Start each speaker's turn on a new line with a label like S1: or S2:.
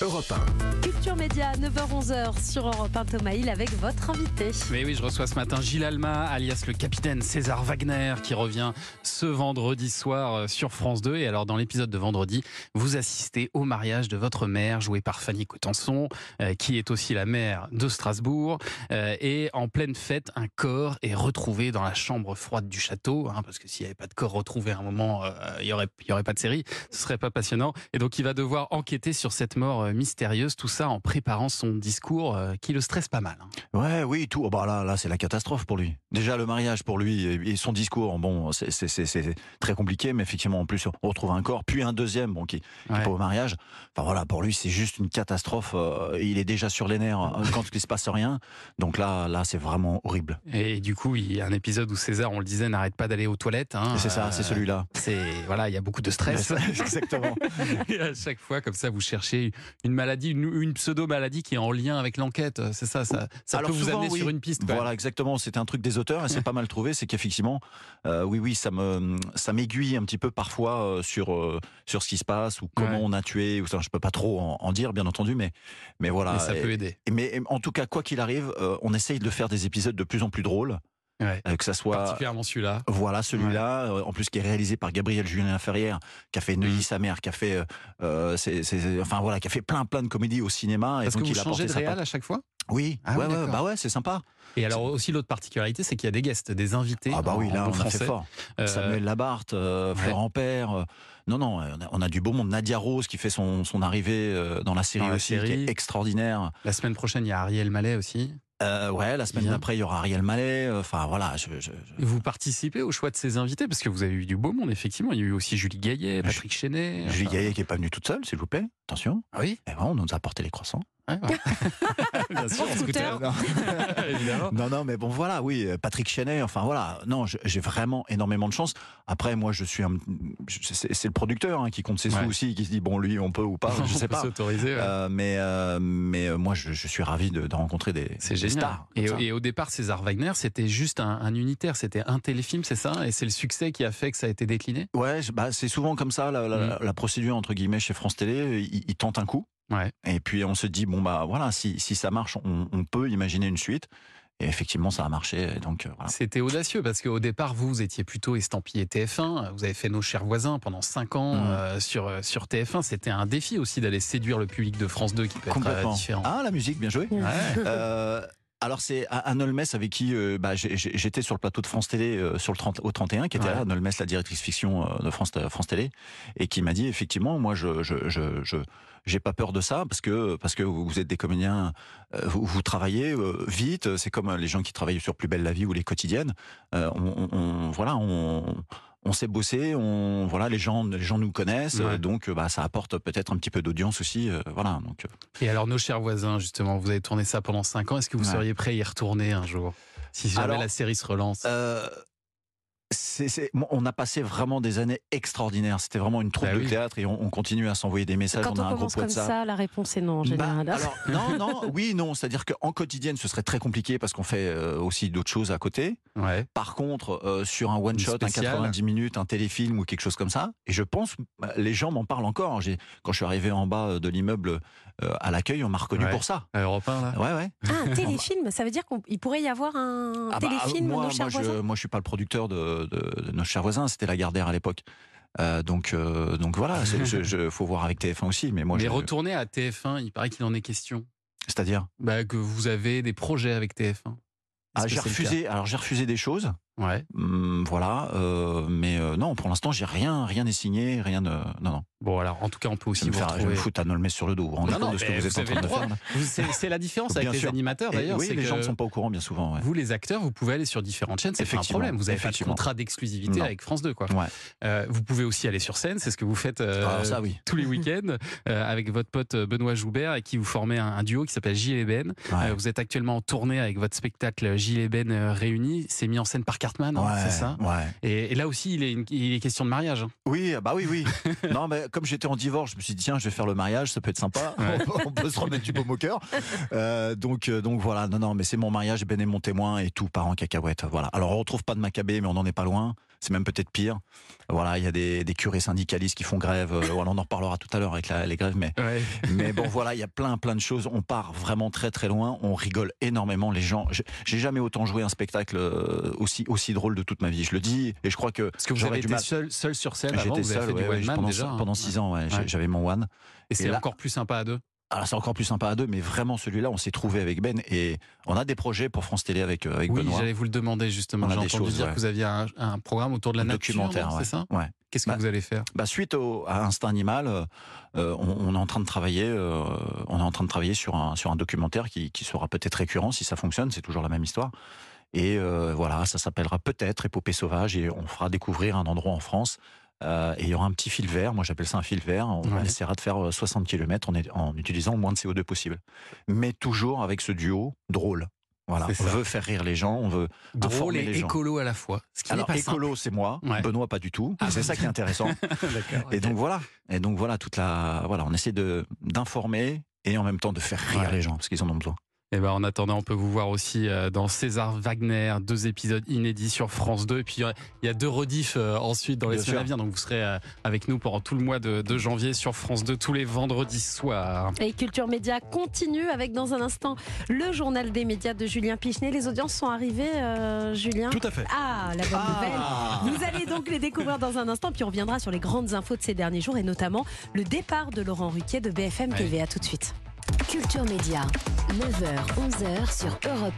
S1: Europe
S2: Culture Média, 9h-11h sur Europe 1 Thomas Hill avec votre invité.
S3: Mais oui, je reçois ce matin Gilles Alma, alias le capitaine César Wagner, qui revient ce vendredi soir euh, sur France 2. Et alors, dans l'épisode de vendredi, vous assistez au mariage de votre mère, jouée par Fanny Cotenson, euh, qui est aussi la mère de Strasbourg. Euh, et en pleine fête, un corps est retrouvé dans la chambre froide du château, hein, parce que s'il n'y avait pas de corps retrouvé à un moment, euh, il n'y aurait, il y aurait pas de série. Ce serait pas passionnant. Et donc, il va devoir enquêter sur cette mort euh, mystérieuse, tout ça en préparant son discours euh, qui le stresse pas mal. hein.
S4: Ouais, oui, tout. Oh, bah là, là, c'est la catastrophe pour lui. Déjà, le mariage pour lui et et son discours, bon, c'est- c'est c'est- c'est très compliqué, mais effectivement, en plus, on retrouve un corps, puis un deuxième, bon, qui, qui est
S3: Ouais.
S4: pas au mariage. Enfin voilà, pour lui, c'est juste une catastrophe. euh, il est déjà sur les nerfs euh, quand il se passe rien. Donc là, là, c'est vraiment horrible.
S3: Et du coup, il y a un épisode où César, on le disait, n'arrête pas d'aller aux toilettes. hein.
S4: Et c'est ça,
S3: Euh,
S4: c'est celui-là.
S3: C'est voilà, il y a beaucoup de stress.
S4: Exactement.
S3: Et à chaque fois, comme ça, vous cherchez une maladie, une, une pseudo-maladie qui est en lien avec l'enquête. C'est ça, ça, ça
S4: Alors
S3: peut vous
S4: souvent,
S3: amener
S4: oui.
S3: sur une piste. quoi.
S4: Voilà, exactement. C'était un truc des auteurs et c'est pas mal trouvé. C'est qu'effectivement, euh, oui, oui, ça me, ça m'aiguille un petit peu parfois euh, sur euh, sur ce qui se passe ou comment
S3: Ouais.
S4: on a tué. Ou ça, je peux pas trop en, en dire, bien entendu, mais mais voilà.
S3: Et ça
S4: Et-
S3: peut aider.
S4: et- mais en tout cas, quoi qu'il arrive, euh, on essaye de faire des épisodes de plus en plus drôles,
S3: Ouais.
S4: euh, que ça soit.
S3: Particulièrement celui-là.
S4: Voilà celui-là, euh, en plus qui est réalisé par Gabriel Julien Ferrière, qui a fait Neuilly
S3: Mmh.
S4: sa mère, qui a fait, euh, euh, c'est- c'est- enfin voilà, qui a fait plein plein de comédies au cinéma.
S3: Parce
S4: et donc
S3: que
S4: il
S3: vous
S4: a
S3: changez
S4: apporté
S3: de
S4: sa patte.
S3: réal à chaque fois.
S4: Oui,
S3: Ah
S4: ouais,
S3: oui,
S4: ouais,
S3: d'accord.
S4: bah ouais, c'est sympa.
S3: Et alors aussi l'autre particularité, c'est qu'il y a des guests, des invités.
S4: Ah bah oui,
S3: en- en
S4: là
S3: beau
S4: on a
S3: français.
S4: fait fort.
S3: Euh,
S4: Samuel Labarthe, euh,
S3: ouais.
S4: Florent Père. euh, non, non, euh, on a, on a du beau monde. Nadia Rose qui fait son, son arrivée euh, dans la série
S3: Dans la
S4: aussi, qui
S3: série.
S4: est extraordinaire.
S3: La semaine prochaine, il y a Ariel Mallet aussi.
S4: Euh, ouais, la semaine
S3: Bien.
S4: d'après, il y aura Ariel Mallet. euh, Enfin voilà, je, je- je-
S3: Vous participez au choix de ces invités parce que vous avez eu du beau monde, effectivement. Il y a eu aussi Julie Gaillet, Patrick Chenet.
S4: Julie
S3: enfin-
S4: Gaillet qui est pas venue toute seule, s'il vous plaît. Attention.
S3: Ah oui,
S4: Eh ben, on nous a apporté les croissants.
S3: ouais, ouais. bien sûr,
S2: En
S3: en
S2: scooter.
S3: scooter, évidemment.
S4: Non, non, mais bon, voilà, oui, euh, Patrick Chenet, enfin voilà, non, je- j'ai vraiment énormément de chance. Après, moi, je suis un. je- C'est c'est le producteur hein, qui compte ses
S3: Ouais.
S4: sous aussi, qui se dit, bon, lui, on peut ou pas,
S3: On
S4: je sais
S3: peut
S4: pas.
S3: s'autoriser, ouais.
S4: Euh, mais euh, mais euh, moi, je, je suis ravi de, de rencontrer des,
S3: C'est
S4: des
S3: génial.
S4: stars. comme
S3: et,
S4: ça.
S3: et au départ, César Wagner, c'était juste un, un unitaire, c'était un téléfilm, c'est ça Et c'est le succès qui a fait que ça a été décliné
S4: Ouais, je- bah, c'est souvent comme ça la, la-
S3: Mhm.
S4: la procédure entre guillemets chez France Télé. Ils, ils tentent un coup.
S3: Ouais.
S4: Et puis on se dit bon bah voilà, si, si ça marche, on, on peut imaginer une suite. Et effectivement, ça a marché. Et donc euh, voilà.
S3: C'était audacieux parce qu'au départ, vous, vous étiez plutôt estampillé TF1. Vous avez fait nos chers voisins pendant 5 ans
S4: Mhm.
S3: euh, sur, euh, sur TF1. C'était un défi aussi d'aller séduire le public de France 2 qui peut être euh,
S4: Complètement.
S3: différent.
S4: Ah la musique, bien joué.
S3: Ouais.
S4: Euh, alors c'est A- Anne Holmes avec qui euh, bah, j'ai- j'ai- j'étais sur le plateau de France Télé euh, sur le 30, au 31, qui était
S3: Ouais.
S4: là, Anne Holmes, la directrice fiction euh, de France, France Télé, et qui m'a dit effectivement, moi je je je je- j'ai pas peur de ça parce que parce que vous êtes des comédiens, euh, vous, vous travaillez euh, vite, euh, c'est comme euh, les gens qui travaillent sur Plus belle la vie ou les quotidiennes. Euh, on, on- on- voilà, on on sait bosser, on voilà, les gens les gens nous connaissent,
S3: Ouais.
S4: euh, donc euh, bah ça apporte peut-être un petit peu d'audience aussi, euh, voilà. Donc euh,
S3: Et alors, nos chers voisins, justement, vous avez tourné ça pendant 5 ans. Est-ce que vous
S4: Ouais.
S3: seriez prêt à y retourner un jour Si jamais
S4: Alors,
S3: la série se relance
S4: Euh, c'est- c'est- bon, on a passé vraiment des années extraordinaires. C'était vraiment une troupe
S3: Bah
S4: de
S3: oui.
S4: théâtre et on, on continue à s'envoyer des messages.
S2: Quand
S4: on a
S2: on
S4: un groupe
S2: commence comme
S4: WhatsApp.
S2: ça, la réponse est non en
S4: Bah,
S2: général.
S4: alors, non, non, oui, non. C'est-à-dire qu'en quotidienne, ce serait très compliqué parce qu'on fait euh, aussi d'autres choses à côté.
S3: Ouais.
S4: Par contre, euh, sur un one
S3: Une
S4: shot, un
S3: spéciale.
S4: 90 minutes, un téléfilm ou quelque chose comme ça, et je pense, bah, les gens m'en parlent encore. J'ai- Quand je suis arrivé en bas de l'immeuble euh, à l'accueil, on m'a reconnu
S3: Ouais.
S4: pour ça.
S3: À Europe 1, là
S4: Ouais, ouais.
S2: Ah, un téléfilm, ça veut dire qu'il pourrait y avoir un
S4: bah, Ah bah,
S2: téléfilm
S4: moi,
S2: Nos
S4: moi,
S2: chers
S4: je,
S2: voisins
S4: moi, je suis pas le producteur de, de- de nos chers voisins. C'était la Gardère à l'époque. Euh, donc, euh, donc voilà. c'est- Je, je- faut voir avec TF1 aussi. Mais moi,
S3: Mais
S4: je-
S3: retourner à TF1, il paraît qu'il en est question.
S4: c'est-à-dire,
S3: Bah, que vous avez des projets avec TF1. Est-ce
S4: ah, j'ai
S3: que c'est le
S4: refusé. Alors, j'ai refusé des choses.
S3: cas Ouais.
S4: Hum, voilà. euh, mais euh, non, pour l'instant, j'ai rien, rien n'est signé, rien. De, non, non.
S3: Bon, alors, en tout cas, on peut
S4: Je
S3: aussi
S4: vais me
S3: vous
S4: faire- je vais me
S3: retrouver.
S4: foutre à Nolmes sur le dos. Vous vous rendez
S3: Non, non,
S4: compte de ce que
S3: mais
S4: vous êtes
S3: vous
S4: en
S3: avez
S4: train
S3: le
S4: de
S3: droit.
S4: faire là
S3: Vous- C'est c'est la différence avec
S4: Bien
S3: les
S4: sûr.
S3: animateurs,
S4: Et
S3: d'ailleurs.
S4: Oui,
S3: c'est
S4: les
S3: que
S4: gens ne sont pas au courant, bien souvent. ouais.
S3: Vous, les acteurs, vous pouvez aller sur différentes chaînes, c'est pas un
S4: Effectivement,
S3: problème. Vous n'avez pas de
S4: effectivement.
S3: contrat d'exclusivité
S4: Non.
S3: avec France 2, quoi.
S4: Ouais.
S3: Euh, vous pouvez aussi aller sur scène, c'est ce que vous faites euh,
S4: Alors Ah, ça, oui.
S3: tous les week-ends euh, avec votre pote euh, Benoît Joubert et qui vous formez un, un duo qui s'appelle Gilles et Ben.
S4: Ouais.
S3: Euh, vous êtes actuellement en tournée avec votre spectacle Gilles et Ben euh, réunis. C'est mis en scène par Cartman, hein,
S4: Ouais,
S3: c'est ça
S4: ouais.
S3: et, et là aussi, il est, une- il est question de mariage. hein.
S4: Oui, ah bah oui, oui. non, mais comme j'étais en divorce, je me suis dit tiens, je vais faire le mariage, ça peut être sympa. On peut- On peut se remettre du baume au cœur. Euh, donc, euh, donc voilà. Non, non, mais c'est mon mariage, Ben est mon témoin et tout part en cacahuète. Voilà. Alors on retrouve pas de Maccabée, mais on n'en est pas loin. c'est même peut-être pire. Voilà, il y a des, des curés syndicalistes qui font grève. Euh, voilà, on en reparlera tout à l'heure avec la- les grèves, mais
S3: Ouais.
S4: mais bon, voilà, il y a plein, plein de choses. On part vraiment très, très loin. On rigole énormément. Les gens, j'ai- j'ai jamais autant joué un spectacle euh, aussi, aussi drôle de toute ma vie. Je le dis, et je crois que
S3: Parce que vous
S4: J'aurais
S3: avez
S4: du
S3: été
S4: mal.
S3: seul, seul sur scène avant,
S4: j'étais
S3: vous avez
S4: seul
S3: fait
S4: ouais,
S3: du
S4: ouais,
S3: one man
S4: pendant,
S3: déjà.
S4: pendant
S3: hein.
S4: six ans. ouais, j'ai-
S3: Ouais.
S4: J'avais mon one.
S3: Et c'est
S4: là-
S3: encore plus sympa à deux.
S4: Alors c'est encore plus sympa à deux, mais vraiment celui-là, on s'est trouvé avec Ben et on a des projets pour France Télé avec, euh, avec
S3: Oui,
S4: Benoît.
S3: j'allais vous le demander justement.
S4: On a
S3: J'ai
S4: des
S3: entendu
S4: choses,
S3: dire
S4: ouais.
S3: que vous aviez un, un programme autour de la
S4: Un
S3: nature,
S4: documentaire,
S3: c'est
S4: ouais.
S3: ça
S4: Ouais.
S3: Qu'est-ce que
S4: Bah,
S3: vous allez faire
S4: Bah, suite au, à Instinct Animal, euh, euh, on, on est en train de travailler, euh, on est en train de travailler sur un sur un documentaire qui, qui sera peut-être récurrent si ça fonctionne. C'est toujours la même histoire. Et euh, voilà, ça s'appellera peut-être Épopée sauvage et on fera découvrir un endroit en France. Euh, et il y aura un petit fil vert, moi j'appelle ça un fil vert, on
S3: Ouais.
S4: essaiera de faire euh, 60 km en, est- en utilisant le moins de CO2 possible. Mais toujours avec ce duo drôle. Voilà,
S3: C'est
S4: on
S3: ça.
S4: veut faire rire les gens, on veut...
S3: Drôle
S4: informer
S3: et
S4: les gens.
S3: écolo à la fois. Ce qui n'est
S4: Alors
S3: pas
S4: écolo c'est moi,
S3: Ouais.
S4: Benoît pas du tout,
S3: Ah,
S4: c'est ça qui est intéressant.
S3: simple. D'accord,
S4: Et
S3: ok.
S4: donc voilà. Et donc voilà toute la voilà, on essaie de d'informer et en même temps de faire rire
S3: Ouais.
S4: les gens parce qu'ils en ont besoin.
S3: Eh ben, en attendant, on peut vous voir aussi euh, dans César Wagner, deux épisodes inédits sur France 2. Et puis, euh, il y a deux rediffs euh, ensuite dans les
S4: Bien
S3: semaines
S4: sûr.
S3: à venir. Donc, vous serez euh, avec nous pendant tout le mois de, de janvier sur France 2 tous les vendredis soirs.
S2: Et Culture Média continue avec dans un instant le journal des médias de Julien Pichenet. Les audiences sont arrivées, euh, Julien
S1: à fait.
S2: Ah, la bonne nouvelle Vous allez donc les découvrir dans un instant, puis on reviendra sur les grandes infos de ces derniers jours et notamment le départ de Laurent Ruquier de BFM
S3: Ouais.
S2: TV. À tout de suite.
S5: Culture Média, 9h, 11h sur Europe 1.